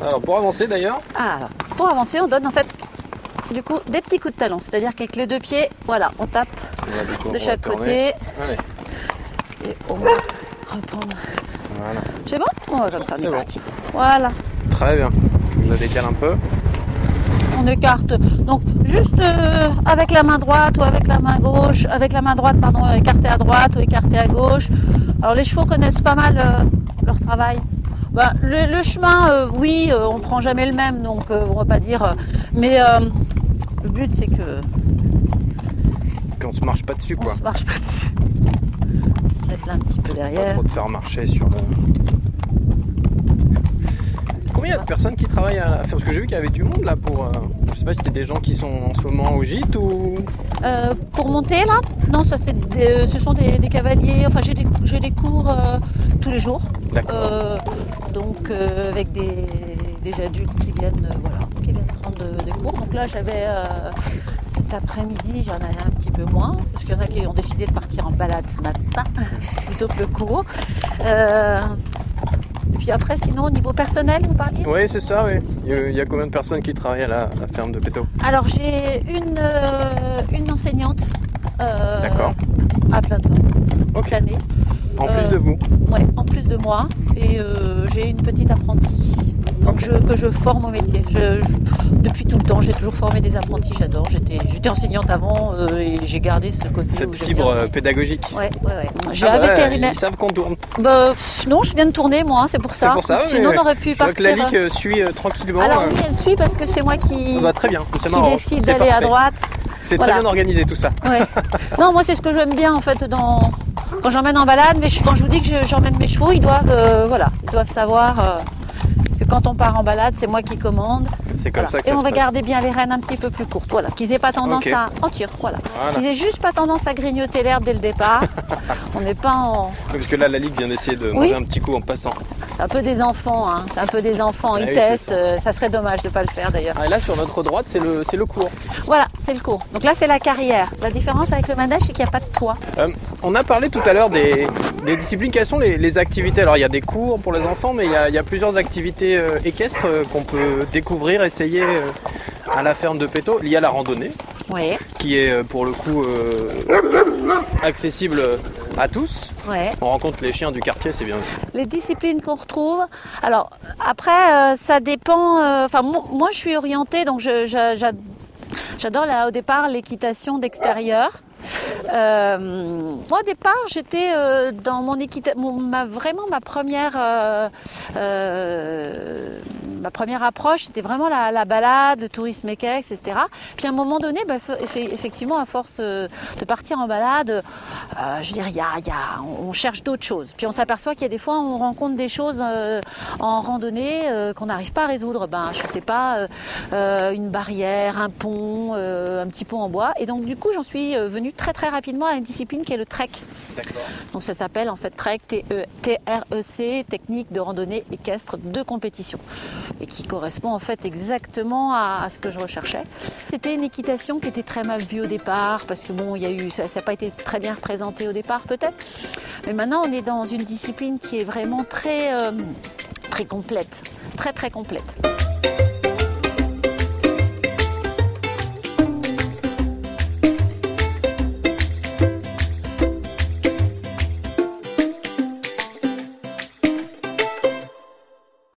Alors pour avancer d'ailleurs, Ah, alors, pour avancer, on donne en fait du coup des petits coups de talon. C'est-à-dire qu'avec les deux pieds, voilà, on tape Voilà, du coup, on de va chaque tourner. côté Allez, et on va reprendre. voilà. C'est bon On va comme ça, on est, C'est bon. parti. Voilà, Très bien. Je la décale un peu. on écarte. Donc juste euh, avec la main droite ou avec la main gauche, avec la main droite, pardon, euh, écartée à droite ou écartée à gauche. Alors les chevaux connaissent pas mal euh, leur travail. Ben, le, le chemin, euh, oui, euh, on prend jamais le même, donc euh, on va pas dire. euh, mais euh, le but c'est que Qu'on se marche pas dessus On quoi. se marche pas dessus. Peut-être là un petit peu Pas derrière. trop de faire marcher sur le. Combien il y a de personnes qui travaillent à la ferme Parce que j'ai vu qu'il y avait du monde là pour. euh, Je sais pas si c'était des gens qui sont en ce moment au gîte ou. Euh, pour monter là Non, ça c'est des- euh, ce sont des, des cavaliers. Enfin, j'ai des, j'ai des cours euh, tous les jours. D'accord. Euh, donc euh, avec des, des adultes qui viennent, euh, voilà, qui viennent prendre de- des cours. Donc là, j'avais euh, cet après-midi, j'en avais un petit peu moins, parce qu'il y en a qui ont décidé de partir en balade ce matin plutôt que le cours. Euh, et puis après, sinon au niveau personnel, vous parliez Oui, c'est ça, oui. Il y a- il y a combien de personnes qui travaillent à la, à la ferme de Péto Alors j'ai une, euh, une enseignante euh, D'accord. à plein temps, toute Ok. l'année, En Euh, plus de vous. ouais, en plus de moi. Et euh, j'ai une petite apprentie donc Ok. je- que je forme au métier. Je- je- depuis tout le temps, j'ai toujours formé des apprentis, j'adore. J'étais j'étais enseignante avant euh, et j'ai gardé ce côté. où Cette j'aime fibre bien euh, enseigner. pédagogique. Ouais, ouais, ouais. J'ai Ah un bah ouais, vétérinaire. Ils savent qu'on tourne. Bah, pff, non, je viens de tourner moi, c'est pour C'est ça. pour ça, ouais, Sinon, mais on aurait pu Je vois que partir. Lalique euh, suit euh, tranquillement. Alors euh, oui, elle suit parce que c'est moi qui, bah, très bien, c'est qui marrant. décide C'est d'aller à parfait. droite. C'est Voilà. très bien organisé tout ça. Ouais. Non, moi c'est ce que j'aime bien en fait dans quand j'emmène en balade, mais je- quand je vous dis que je- j'emmène mes chevaux, ils doivent euh, voilà, ils doivent savoir euh, que quand on part en balade, c'est moi qui commande. C'est comme Voilà. ça que Et ça on se va passe. garder bien les rênes un petit peu plus courtes, voilà, qu'ils aient pas tendance Ok. à en tir, voilà. Voilà. Qu'ils aient juste pas tendance à grignoter l'herbe dès le départ. on n'est pas en Parce que là, la Ligue vient d'essayer de manger Oui. un petit coup en passant. c'est un peu des enfants, hein. c'est un peu des enfants, Ah ils oui, c'est testent, ça. euh, ça. serait dommage de pas le faire d'ailleurs. Ah, et là, sur notre droite, c'est le, c'est le cours. Voilà, c'est le cours. Donc là c'est la carrière. La différence avec le manège, c'est qu'il n'y a pas de toit. Euh, on a parlé tout à l'heure des, des disciplines. Quelles sont les, les activités Alors, il y a des cours pour les enfants, mais il y a, il y a plusieurs activités euh, équestres euh, qu'on peut découvrir, essayer euh, à la ferme de Péto. Il y a la randonnée, Ouais, qui est euh, pour le coup euh, accessible à tous. ouais. On rencontre les chiens du quartier, c'est bien aussi. les disciplines qu'on retrouve. Alors après, euh, ça dépend. euh, Enfin, mo- moi, je suis orientée, donc je- je- j'a- j'adore là au départ l'équitation d'extérieur. Euh, moi, au départ, j'étais euh, dans mon équitation, ma, vraiment ma première, euh, euh, ma première approche, c'était vraiment la, la balade, le tourisme équestre, etc. Puis à un moment donné, bah, fe- effe- effectivement, à force euh, de partir en balade, euh, je veux dire, il y a, il y a- on on cherche d'autres choses. Puis on s'aperçoit qu'il y a des fois, on rencontre des choses euh, en randonnée euh, qu'on n'arrive pas à résoudre. Ben, je sais pas, euh, euh, une barrière, un pont, euh, un petit pont en bois. Et donc, du coup, j'en suis euh, venue très très rapidement à une discipline qui est le trek. D'accord. Donc, ça s'appelle en fait trek, T-E- T-R-E-C, technique de randonnée équestre de compétition. Et qui correspond en fait exactement à, à ce que je recherchais. C'était une équitation qui était très mal vue au départ, parce que bon, il y a eu, ça n'a pas été très bien représenté au départ, peut-être. Mais maintenant, on est dans une discipline qui est vraiment très, euh, très complète. Très, très complète.